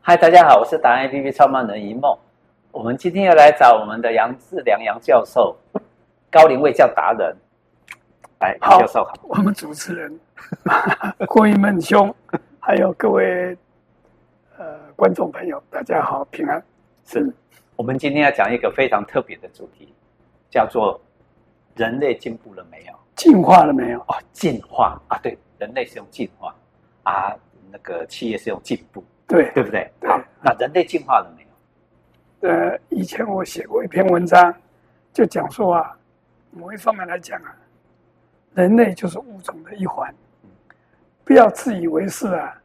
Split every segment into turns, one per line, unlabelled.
嗨，大家好，我是达人 APP 创办人一梦。我们今天要来找我们的杨志良杨教授，高龄卫教达人。来，杨
好
教授好。
我们主持人 郭一闷兄，还有各位呃观众朋友，大家好，平安。
是，我们今天要讲一个非常特别的主题，叫做“人类进步了没有？”
进化了没有？
哦，进化啊，对，人类是用进化啊，那个企业是用进步，
对，
对不对？
对
好，那人类进化了没有？
呃，以前我写过一篇文章，就讲说啊，某一方面来讲啊，人类就是物种的一环，不要自以为是啊，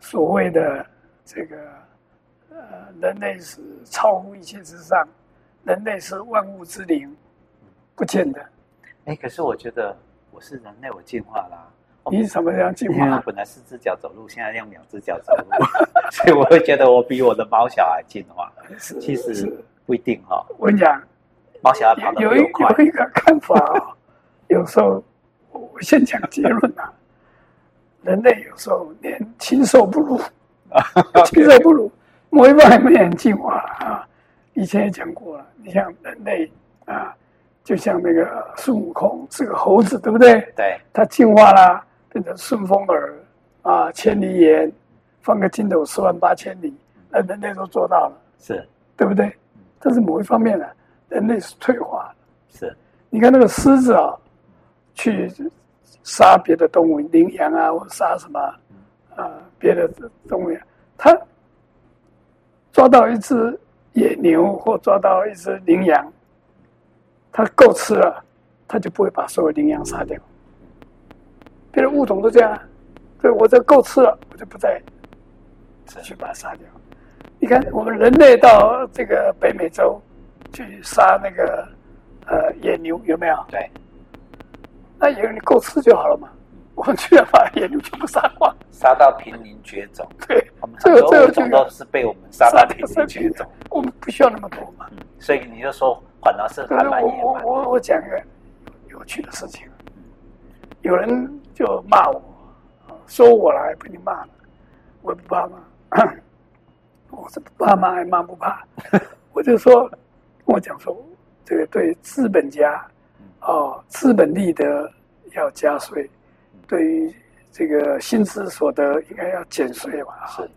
所谓的这个呃，人类是超乎一切之上，人类是万物之灵，不见得。
哎，可是我觉得我是人类，我进化啊哦啦、我
你怎么样进
因为
化
我？本来四只脚走路，现在用两只脚走路， 所以我会觉得我比我的猫小孩进化，
是
其
是
实不一定哈、哦。
我跟你讲，
猫小孩跑得
有
比
有一
我快，
有一个看法啊，有时候我先讲结论啊，人类有时候连禽兽 不如，禽兽不如，某一方面很进化啊。以前也讲过了，你像人类啊，就像那个孙悟空是个猴子，对不对？
对，
他进化啦，变成顺风耳啊，千里眼，放个筋斗十万八千里，那人类都做到了。
是
对不对？但是某一方面呢，人类是退化的。
是，
你看那个狮子啊，去杀别的动物，羚羊啊，或杀什么啊、呃别的动物，啊它抓到一只野牛或抓到一只羚羊，它够吃了，它就不会把所有羚羊杀掉。别的物种都这样啊，对我这够吃了，我就不再去把它杀掉。你看，我们人类到这个北美洲去杀那个呃野牛，有没有？
对，
那野牛够吃就好了嘛。我们居然把野牛全部杀光，
杀到濒临绝种，
对，
我们
这
很
个
多
这个
物种
这
都
个
是被我们杀到濒临
绝
绝种，，嗯
我们不需要那么多嘛。
所以你就说反而是
可
还
是
蛮
我
野
啊我
蛮。
我我讲一个有趣的事情，有人就骂我，说我来被你骂了，我也不怕骂， 我是不怕骂还骂不 怕，我就说跟我讲说，这个对资本家哦，资本利得要加税，
嗯
对于这个薪资所得应该要减税嘛。
是，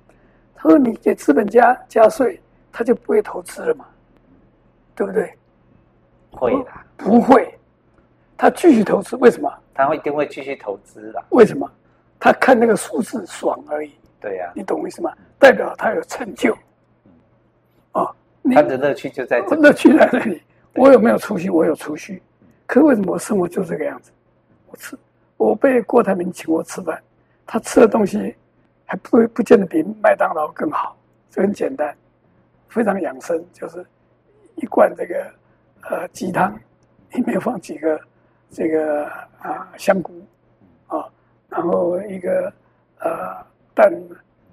他说你给资本家加税，他就不会投资了嘛，对不对？
会的，
不会，他继续投资，为什么？
他会一定会继续投资的。
为什么？他看那个数字爽而已，
对啊呀、
你懂我意思吗？代表他有成就，啊，你
他的乐趣就在这
真。的去在那里。我有没有储蓄？我有储蓄，可是为什么我生活就这个样子？我吃，我被郭台铭请我吃饭，他吃的东西还不不见得比麦当劳更好，这很简单，非常养生，就是一罐这个呃鸡汤，里面放几个这个啊、香菇啊，然后一个呃蛋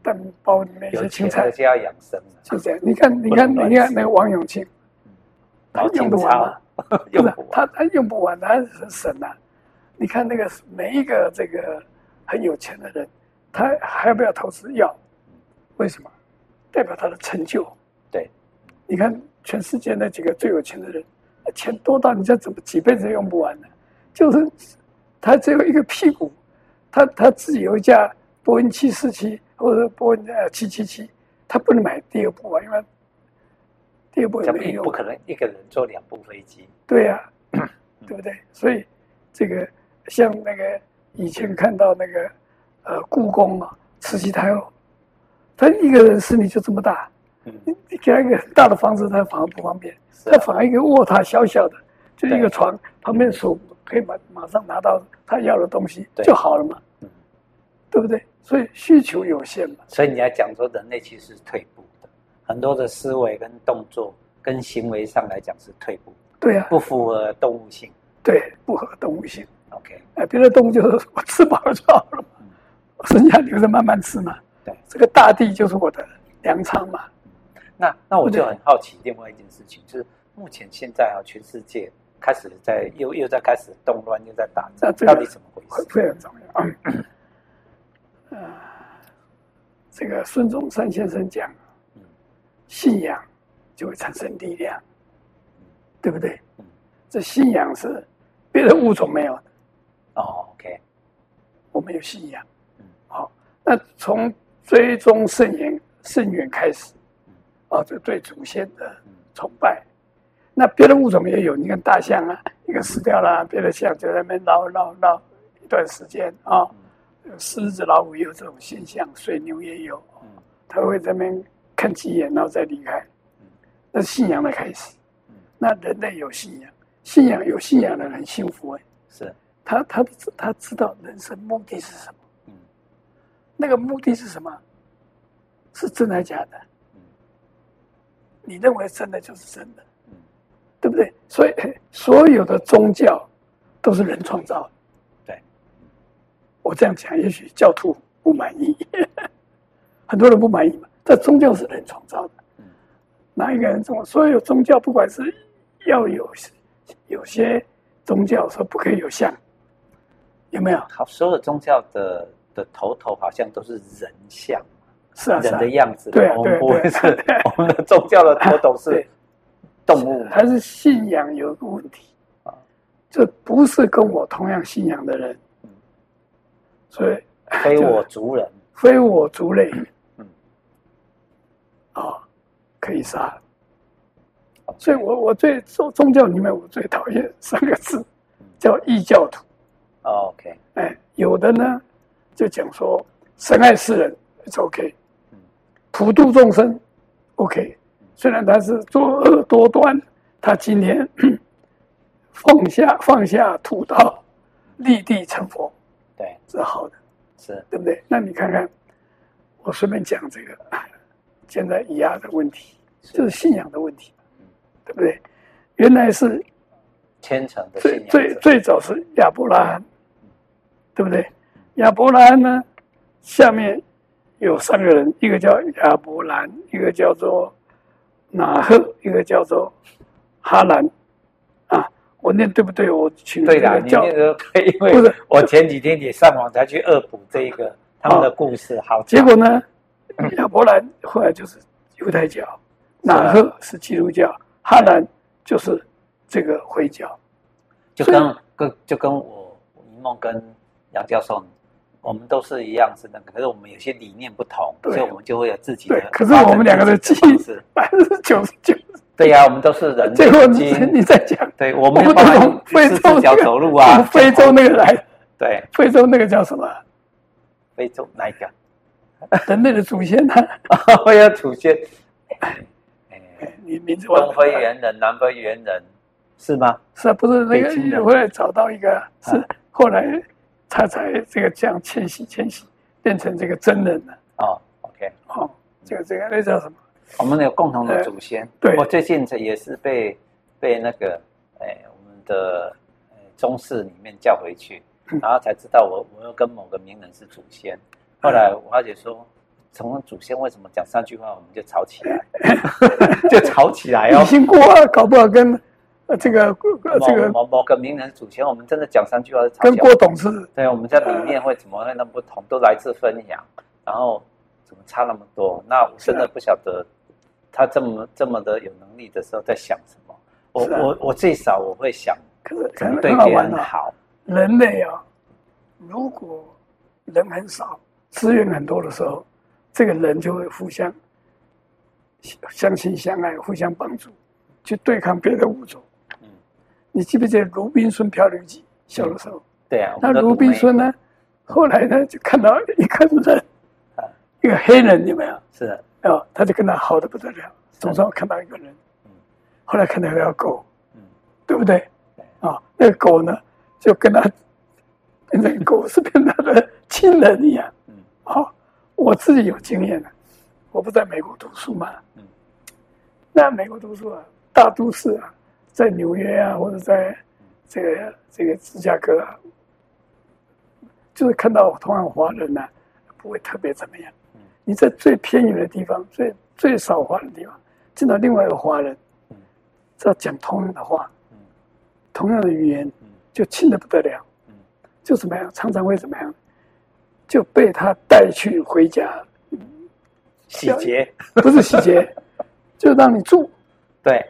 蛋包里面一些
有
青
钱
菜
的，就要养生了，
就这样。你看，你看，
不能乱
你看
吃
那个王永庆，他
脑
用
筋
得完吗
超？ 用
不是
不完。
他他用不完，他很省啊。你看那个每一个这个很有钱的人，他还要不要投资？要，为什么？代表他的成就。
对，
你看全世界那几个最有钱的人，钱多到你这怎么几辈子用不完呢？就是他只有一个屁股，他他自己有一架波音七四七或者波音呃七七七，他不能买第二部啊，因为第二部也
这
没
并
用
不。可能一个人坐两部飞机，
对呀、对不对？所以这个像那个以前看到那个呃故宫啊，慈禧太后，她一个人势力就这么大，
嗯
你你给她一个很大的房子，她反而不方便，
是啊
她反而一个卧榻小小的，就一
对嗯
个床，旁边手可以马马上拿到她要的东西
对
就好了嘛
嗯，
对不对？所以需求有限嘛，
所以你要讲说人类其实是退步的，很多的思维跟动作跟行为上来讲是退步，
对呀、
不符合动物性。
对，不合动物性。
OK，
哎，别的动物就是我吃饱了就好了嘛， 剩下留着慢慢吃嘛。
嗯对，
这个大地就是我的粮仓嘛。
那那我就
对
很好奇另外一件事情，就是目前现在啊，全世界开始在又又在开始动乱，又在打仗
那，这个
到底怎么回
会
事？
会很重要。嗯 呃啊，这个孙中山先生讲，
嗯
信仰就会产生力量，对不对
嗯？
这信仰是别的物种没有的，
哦，OK，
我们有信仰
嗯。
好，那从追踪圣言圣源开始
嗯，
啊，这对祖先的
嗯
崇拜。那别的物种也有，你看大象啊，一个死掉了，别的象就在那边绕绕绕一段时间啊。狮子、老虎也有这种现象，水牛也有。
嗯
他会在那边看几眼，然后再离开
嗯。
那是信仰的开始
嗯。
那人类有信仰，信仰有信仰的人很幸福哎、
是，
他他他知道人生目的是什么，
嗯
那个目的是什么，是真还假的？
嗯
你认为真的就是真的，
嗯
对不对？所以所有的宗教都是人创造的。
对，
我这样讲，也许教徒不满意， 很多人不满意嘛。这宗教是人创造的。
嗯
哪一个人宗所有宗教，不管是要有有些宗教说不可以有像，有没有？
好，所有宗教的的头头好像都是人像，
是啊，是
人
啊
的，样子嘛。
对啊
我们
对
不
对
会是， 我们的宗教的头头是
对
动物嘛。
还是信仰有一个问题
啊，
这不是跟我同样信仰的人
嗯，
所以
非我族人。
非我族类，
嗯
啊、可以杀。
OK
所以我我最宗宗教里面我最讨厌三个字
嗯，
叫异教徒。
哦 OK，
哎，有的呢就讲说神爱世人，it's OK，
嗯
普度众生，OK。虽然他是作恶多端，他今天放下放下屠刀，立地成佛
对，
是好的，
是，
对不对？那你看看，我随便讲这个，现在以牙的问题，就是信仰的问题
嗯，
对不对？原来是
虔诚的信
最
仰
最
者。
最早是亚伯拉罕，对不对？亚伯拉罕呢，下面有三个人，一个叫亚伯兰，一个叫做拿赫，一个叫做哈兰。啊，我念对不对？我请
对
这
啦，
个
你
叫
那个对，因
不
为
是
我前几天也上网才去恶补这一个他们的故事，好
结
长，
果呢，
嗯
亚伯兰后来就是犹太教，
啊
拿赫是基督教，哈兰就是这个回教。
就跟跟就跟我我一梦跟杨教授，我们都是一样是那个，可是我们有些理念不同，
对
所以我们就会有自己的
对
发展。
可是我们两个的
自己
记忆
方式
百分之九十九，
对呀，我们都是人
结果
的基
你
因，
你在讲
对嗯我们
我
办
懂
法
非
四
洲
只脚
那个
走路 啊，
非洲那个来，
对
非洲那个叫什么？
非洲哪一个？
人类的祖先呢、
我要出现，哎
哎你名字忘了
东非猿 人、南非猿人是吗？
是啊，不是那
北京
个
人啊
后来找到一个是后来他才这个这样迁徙迁徙变成这个真人了
哦，OK。
哦，这个这个那叫什么？
我们有共同的祖先。
对
我最近也是被被那个哎我们的呃中式里面叫回去，
嗯
然后才知道我我又跟某个名人是祖先。后来我发觉说，从祖先为什么讲三句话我们就吵起 来，就吵起来哦
你。姓郭啊，搞不好跟呃这个呃
某
这个
某某个名人祖先，我们真的讲三句话就吵
跟
起来
郭。董是
对，我们在理念会怎么会那么不同？都来自分享，然后怎么差那么多？那我真的不晓得他这么这么的有能力的时候在想什么。我、
是啊
我我最少我会想
可是
怎
可
么
能
对
很好
别
玩
人
啊。
好。
人类啊，如果人很少，资源很多的时候，这个人就会互相相亲相爱，互相帮助，去对抗别的物种。
嗯，
你记不记得鲁滨逊漂流记？小的时候，
对啊，我
那
们都
鲁
读
滨
美
逊呢，后来呢就看到一个人
啊，
一个黑人，有没有？
是的，
啊，他就跟他好的不得了，总算看到一个人
嗯。
后来看到一条狗，
嗯，
对不对？
对
啊，那个狗呢，就跟他，那个狗是跟他的亲人一样。
嗯
啊，我自己有经验的，我不在美国读书嘛。
嗯。
那美国读书啊，大都市啊，在纽约啊，或者在这个这个芝加哥啊，就是看到同样华人呢、啊不会特别怎么样
嗯。
你在最偏远的地方，最最少华人的地方，见到另外一个华人
嗯，
只要讲同样的话，
嗯
同样的语言
嗯，
就亲的不得了
嗯，
就怎么样，常常会怎么样，就 被他带去回家，
洗劫
不是洗劫，就让你住，
对，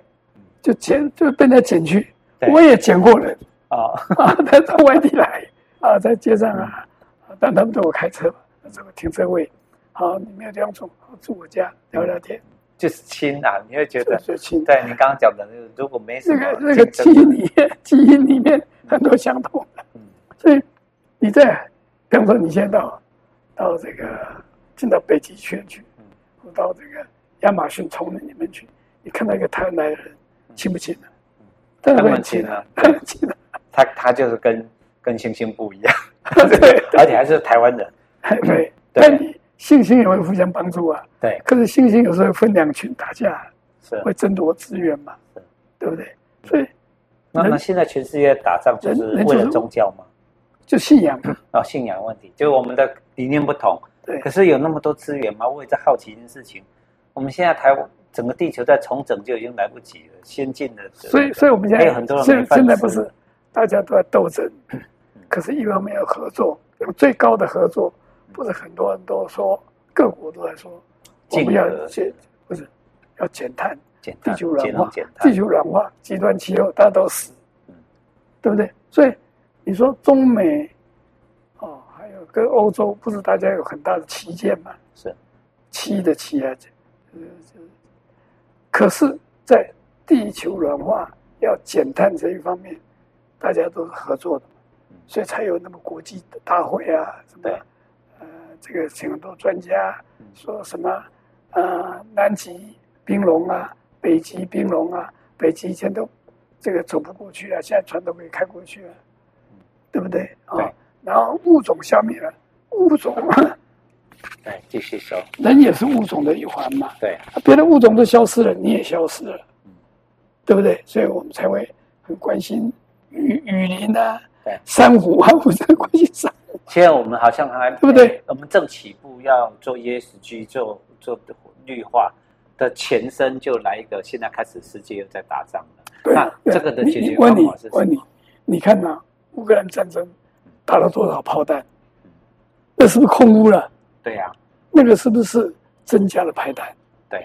就捡就被人家捡去。
对
我也捡过人
哦，
啊，他到外地来啊，在街上啊，啊但他们都有开车嘛，这个停车位，好、你没有地方住，住我家聊聊天，
就是亲啊，你会觉
就
得，
就亲。
对你刚刚讲的，如果没什
这
么
个这个
竞争
基因里面基因里面很多相同的
嗯，
所以你在，比方说你现在到到这个进到北极圈去
嗯，
或到这个亚马逊丛林里面去，你看到一个台湾来的人，亲不亲呢、
嗯
当
当
然
然
会亲
亲啊
了，当然亲了，
他他就是跟跟星星不一样，
啊 对哎
而且还是台湾人，
对。
对
但你猩猩也会互相帮助啊，
对，
可是猩猩有时候分两群打架，
是。
会争夺资源嘛
是，
对不对？所以
那那现在全世界打仗就是
人人
为了
就是
宗教吗？
就信仰，
啊，信仰问题，就是我们的理念不同。
对
可是有那么多资源吗？我也在好奇一件事情。我们现在台湾整个地球在重整就已经来不及了，先进的。
所以，所以我们现
还
在
有很多人没
现
饭
现在
吃嗯
不是大家都在斗争，可是一方面有合作，有最高的合作，不是很多人都说，各国都在说，我
竞
们要
合
减，不是要减碳，
简单，
地球软
节能
化
简，单
地球软化，极端气候，大家都死
嗯，
对不对？所以你说中美，哦，还有跟欧洲，不是大家有很大的旗舰嘛？
是
七的七啊，这呃，这可是，在地球软化要减碳这一方面，大家都是合作的
嗯，
所以才有那么国际的大会啊，什么
对
呃，这个请很多专家
嗯
说什么呃，南极冰龙啊，北极冰龙啊，北极以前都这个走不过去啊，现在船都可以开过去了、啊对不对？
嗯
啊、
对
然后物种消灭了，物种
对，继续说。
人也是物种的一环嘛。
对，
啊别的物种都消失了，你也消失了
嗯，
对不对？所以我们才会很关心雨雨林啊
对、
珊瑚啊，我们才关心珊瑚。
现在我们好像还
对不对
哎我们正起步要做 ESG，做做绿化的前身，就来一个，现在开始世界又在打仗了。
对
那，
对
这个的
你
解决
你问
方
你
法是什么
问你，你看呐、乌克兰战争打了多少炮弹？
嗯
那是不是空污了？
对呀、
那个是不是增加了排碳？
对，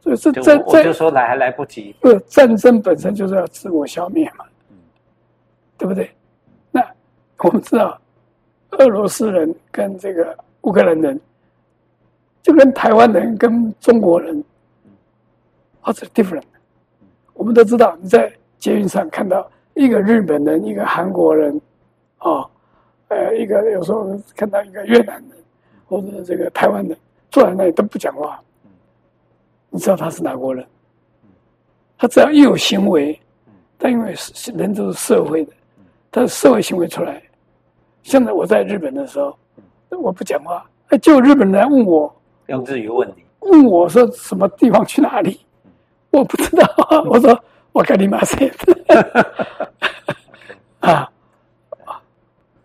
所以 这
就
这
我我
这
就说来还来不及。
不，战争本身就是要自我消灭嘛，
嗯
对不对？那我们知道，俄罗斯人跟这个乌克兰人，就跟台湾人跟中国人，what's different？我们都知道，你在捷运上看到一个日本人，一个韩国人，哦，呃，一个有时候看到一个越南人，或者这个台湾人坐在那里都不讲话
嗯，
你知道他是哪国人？他只要一有行为
嗯，
但因为是人都是社会的
嗯，
他的社会行为出来。现在我在日本的时候
嗯，
我不讲话，哎就有日本人来问我，
用日语问你，
问我说什么地方去哪里
嗯，
我不知道， 我说我跟你马 赛啊，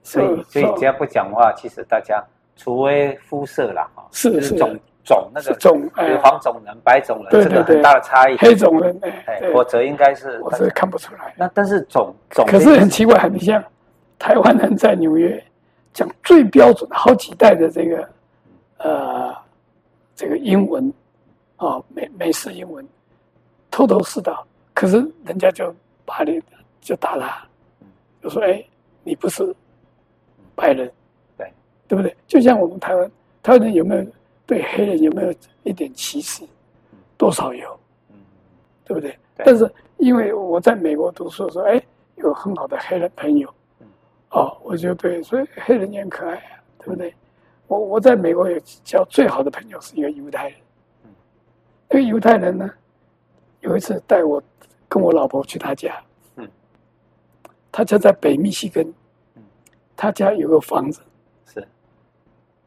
所以所以只要不讲话，其实大家除非肤色啦，哈，
是
就是
是
种种那
是
个
种哎
有黄种人、白种人，
对
这个
对对
很大的差异。
黑种人哎，
哎，
对
否则应该是
我
大
是
家
看不出来。
那但是种种
可是
这
很奇怪，很像台湾人在纽约讲最标准的好几代的这个呃这个英文啊、哦美美式英文，头头是道。可是人家就把你就打他，就说哎你不是白人，
对
对不对？就像我们台湾台湾人有没有对黑人有没有一点歧视？多少有。
嗯
对不对？
对
但是因为我在美国读书的时候，哎，有很好的黑人朋友
嗯，
哦，我就对，所以黑人也很可爱啊，对不对？我我在美国有交最好的朋友是一个犹太人
嗯，
那个犹太人呢，有一次带我跟我老婆去他家，
嗯，
他家在北密西根
嗯，
他家有个房子，
是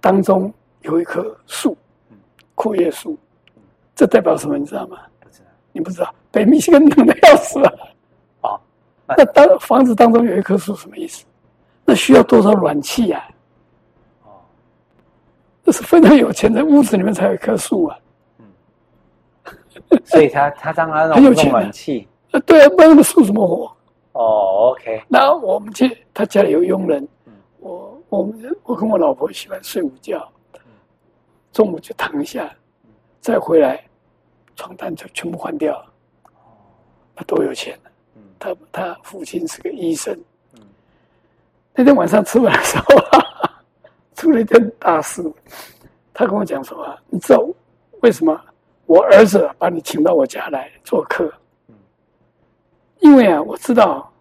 当中有一棵树
嗯，
阔叶树，这代表什么？你知道吗？
不知道
你不知道，北密西根 冷的要死啊！
哦，那
那当房子当中有一棵树，什么意思？那需要多少暖气呀、
哦，
那是非常有钱的屋子里面才有一棵树啊！
所以他他让他
很
弄
有钱
弄
的
暖气
啊，对啊，不然那个树怎么活？
哦，OK，
然后我们去他家里有佣人
嗯，
我我们我跟我老婆喜欢睡午觉，中午就躺一下，再回来床单就全部换掉了。他多有钱呢、啊
嗯
他他父亲是个医生。
嗯
那天晚上吃饭的时候啊， 出了一件大事。他跟我讲说啊，你知道为什么我儿子把你请到我家来做客
嗯？
因为啊，我知道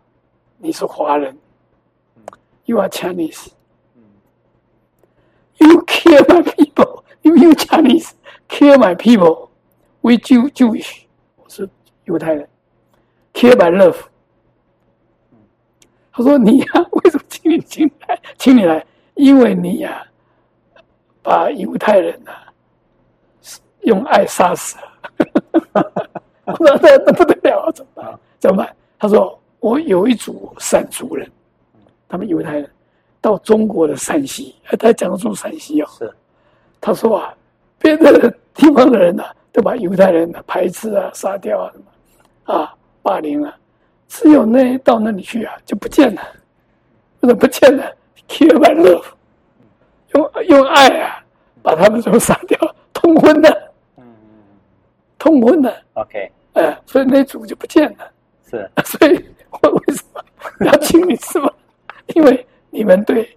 你是华人
嗯
，You are Chinese.
嗯
You kill my people. You you Chinese kill my people. We Jew Jewish. 我是犹太人。Kill my love. 他说你呀、为什么请你进来？请你来，因为你呀、把犹太人呐、用爱杀死 了。我说那那不得了啊，怎么办？怎么办？他说我有一组散族人，他们犹太人到中国的陕西，哎他讲得出陕西哦。
是
他说啊，别的地方的人呢、都把犹太人呢排斥啊、杀掉啊什么，啊霸凌啊，只有那到那里去啊就不见了，怎么不见了？Kill by love，用用爱啊把他们都杀掉，通婚的，
嗯嗯嗯
通婚的，
，OK
哎、所以那组就不见了。
是
所以我为什么要请你吃饭？因为你们对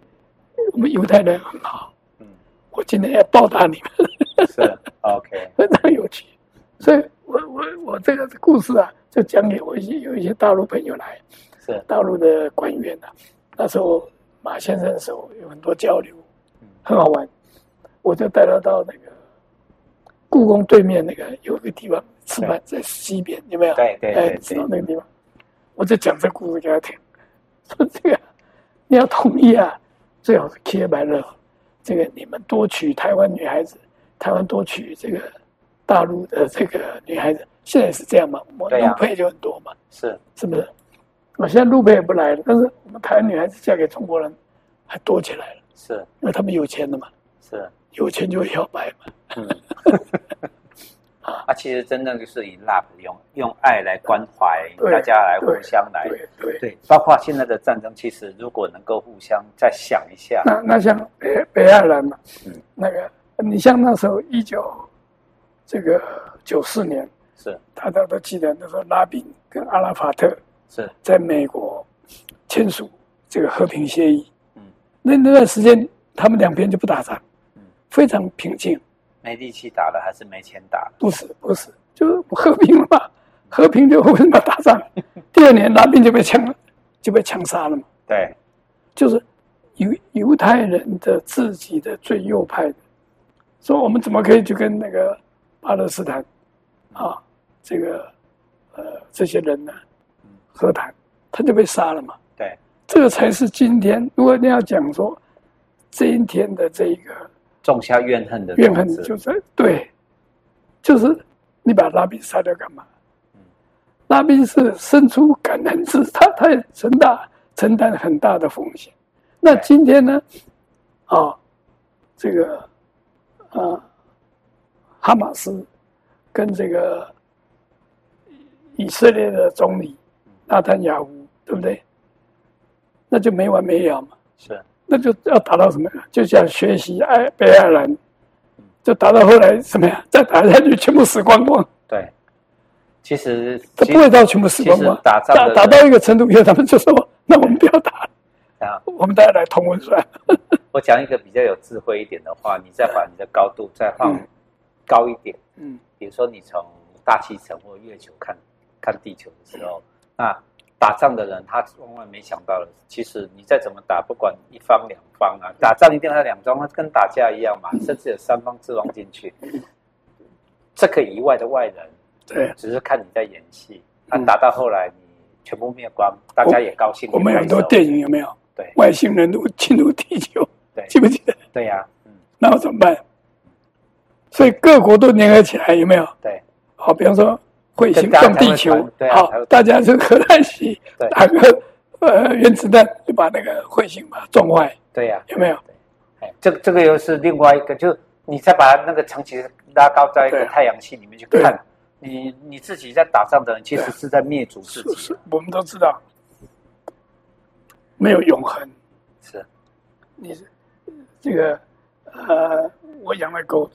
我们犹太人很好，
嗯
我今天要报答你们，
是 OK
非常有趣。所以我我我这个故事啊，就讲给我一些有一些大陆朋友来，
是
大陆的官员啊，那时候马先生的时候有很多交流
嗯，
很好玩。我就带他到那个故宫对面那个有个地方吃饭，在西边有没有？
对对
哎
对，
知
对
道那个地方，我就讲这故事给他听，说这个你要统一啊，最好是 k 白乐，这个你们多娶台湾女孩子，台湾多娶这个大陆的这个女孩子，现在是这样嘛，我
对呀啊
弄配就很多嘛，
是
是不是？我现在陆配也不来了，但是我们台湾女孩子嫁给中国人还多起来了，
是
因为他们有钱的嘛，
是
有钱就摇摆嘛，
嗯。啊，其实真正就是以 love 用用爱来关怀
对
大家，来
对
互相来
对对。
对，包括现在的战争，其实如果能够互相再想一下，
那那像北北爱尔兰嘛，
嗯
那个你像那时候一九这个九四年，
是
大家都记得那时候拉宾跟阿拉法特
是，
在美国签署这个和平协议，
嗯
那那段时间他们两边就不打仗
嗯，
非常平静，
没力气打了还是没钱打？
不是不是，就是和平了嘛， 和平就为什么要打仗？第二年拉宾就被枪就被枪杀了嘛，
对，
就是犹犹太人的自己的最右派的，说我们怎么可以去跟那个巴勒斯坦啊这个呃这些人呢
嗯
和谈，他就被杀了嘛。
对，
这个才是今天，如果你要讲说今天的这一个
种下怨恨的
怨恨
种，子
就是对，就是你把拉宾杀掉干嘛
嗯？
拉宾是伸出感恩之，他他也承担承担很大的风险。那
对
今天呢？啊、这个啊、哈马斯跟这个以色列的总理纳坦雅胡，对不对？那就没完没了嘛。
是
那就要达到什么呀？就想学习爱北爱尔兰，就达到后来什么呀？再打下去全部死光光，
对。其实
他
其
不会到全部死
其
光
实
光。
打仗
打
的
打到一个程度以后，他们就说：“ 那我们不要打了，
啊，
我们大家来同温算。
我讲一个比较有智慧一点的话，你再把你的高度再放
嗯
高一点，”
嗯，
比如说你从大气层或月球看看地球的时候，那打仗的人他万万没想到的，其实你再怎么打，不管一方两方
嗯
啊，打仗一定要两方，那跟打架一样 嘛，甚至有三方之王进去。这个以外的外人，
对，
只是看你在演戏，那
嗯
打到后来你全部灭光，大家也高兴。
我们有很多
也拍手
电影有没有？
对
外星人入侵入地球，
对
记不记得？
对呀、嗯，
然后怎么办？所以各国都联合起来，有没有？
对
好，比方说彗星
跟大家
撞地球
才会传，对啊
好
才会，
大家就合在一起
对
打个呃原子弹，就把那个彗星把它撞坏，
对呀、
有没有？
哎，这个这个又是另外一个，就你再把那个层级拉高到一个
对
太阳系里面去
对
看，你你自己在打仗的人，其实
对
是在灭族自
是
己，
是，我们都知道没有永恒。
是
你这个呃，我养了狗，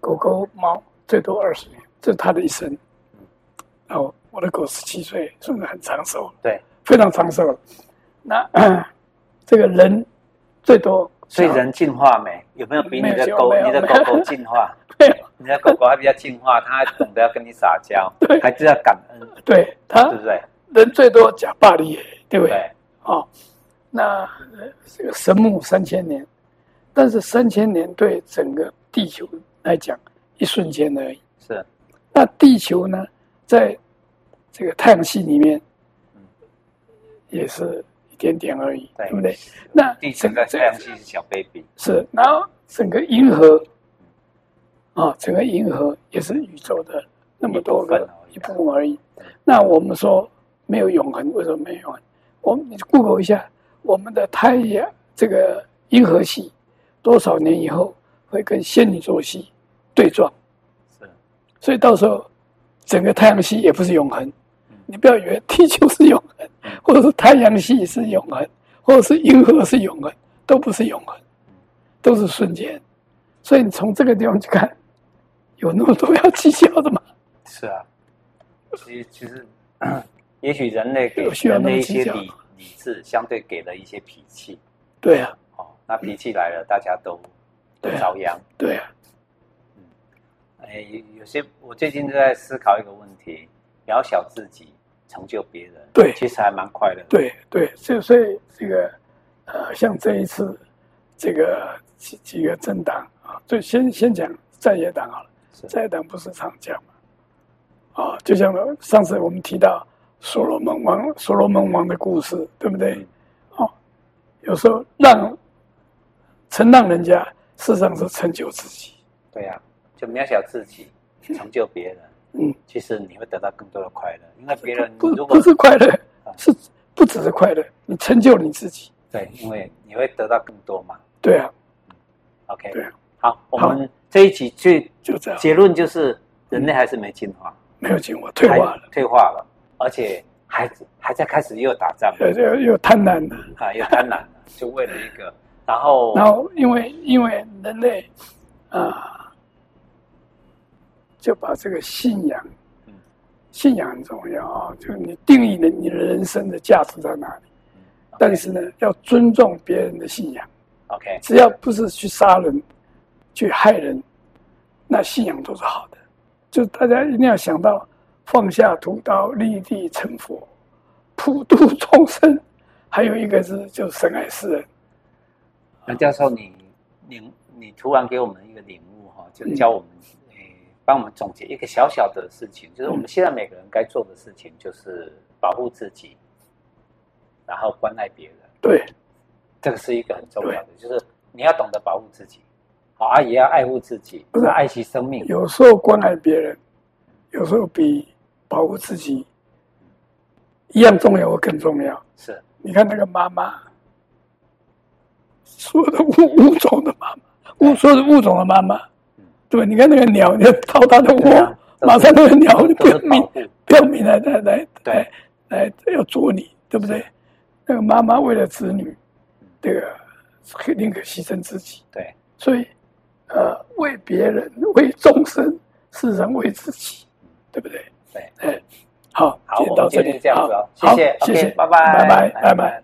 狗狗、猫，最多二十年，这是他的一生。然后我的狗十七岁，是不是很长寿？
对，
非常长寿了。那、 呃这个人最多，
所以人进化没？有没有比你的
没有
狗、
没有
你的
没
狗
有
狗进化？
没有
你的狗狗还比较进化，它还懂得要跟你撒娇，
对
还知道感恩，
对他
对不对？
人最多假巴黎耶，对不对？
对，
哦，那呃这个神木三千年，但是三千年对整个地球来讲，一瞬间而已。
是，
那地球呢，在这个太阳系里面
嗯，
也是一点点而已，
对
对不对？那
地球在太阳系是小 baby，
是，然后整个银河啊，整个银河也是宇宙的那么多个
一
一
部
部分而已
对。
那我们说没有永恒，为什么没有永恒？我们你 Google 一下，我们的太阳这个银河系多少年以后会跟仙女座系对撞，
是，
所以到时候整个太阳系也不是永恒
嗯。
你不要以为地球是永恒，或者是太阳系是永恒，或者是银河是永恒，都不是永恒，都是瞬间。所以你从这个地方去看，有那么多要计较的吗？
是啊。其实其 实，也许人类给
有需要
人
那么
类一
计
些
较
理理智，相对给了一些脾气，
对啊，
哦，那脾气来了，大家都都
对啊
遭殃。
对啊，
哎，有有些我最近就在思考一个问题：渺小自己，成就别人，
对
其实还蛮快乐的。
对对，所以所以这个呃，像这一次这个几几个政党啊，最先先讲在野党好了，
是
在野党不是常讲嘛，啊，就像上次我们提到所罗门王所罗门王的故事，对不对
嗯？
哦，有时候让承让人家，事实上是成就自己。
对呀、就渺小自己，成就别人，
嗯，
其实你会得到更多的快乐，因为别人
不
如果
不是快乐
啊，
是不只是快乐，你成就你自己。
对，因为你会得到更多嘛。
对啊，
OK，
对啊，
好，我们这一集最
就这样，
结论就是，人类还是没进化，
没有进化，退化了，
还退化了，而且还还在开始又打仗
呃，又又贪婪了。
啊，又贪婪了， 就为了一个，然后
然后因为因为人类啊、就把这个信仰
嗯，
信仰很重要啊、就是你定义了你的人生的价值在哪里。但是呢，要尊重别人的信仰，
OK
只要不是去杀人、去害人，那信仰都是好的。就大家一定要想到放下屠刀、立地成佛、普度众生，还有一个是就神爱世人。
杨教授，你领你突然给我们一个领悟哈，
嗯
就教我们诶，帮我们总结一个小小的事情，就是我
嗯
们现在每个人该做的事情，就是保护自己，然后关爱别人，
对，
这个是一个很重要的，就是你要懂得保护自己，好啊，也要爱护自己，
不是
爱惜生命，
有时候关爱别人，有时候比保护自己一样重要或更重要。
是
你看那个妈妈，所有的物物种的妈妈，物所有的物种的妈妈
嗯，
对，你看那个鸟，你要掏它的
对
窝
啊，
马上那个鸟就
都是
标
保
明
护，
标明来来来
对
来来要啄你，对不对
是？
那个妈妈为了子女，这个宁可牺牲自己，
对，
所以呃，为别人、为众生，是人为自己，对不对？
对，
哎，好，
好，
今天
我
到
们
这
今
里
天这样子哦，
好
谢谢
谢谢
，OK，，拜拜，
拜拜，拜拜。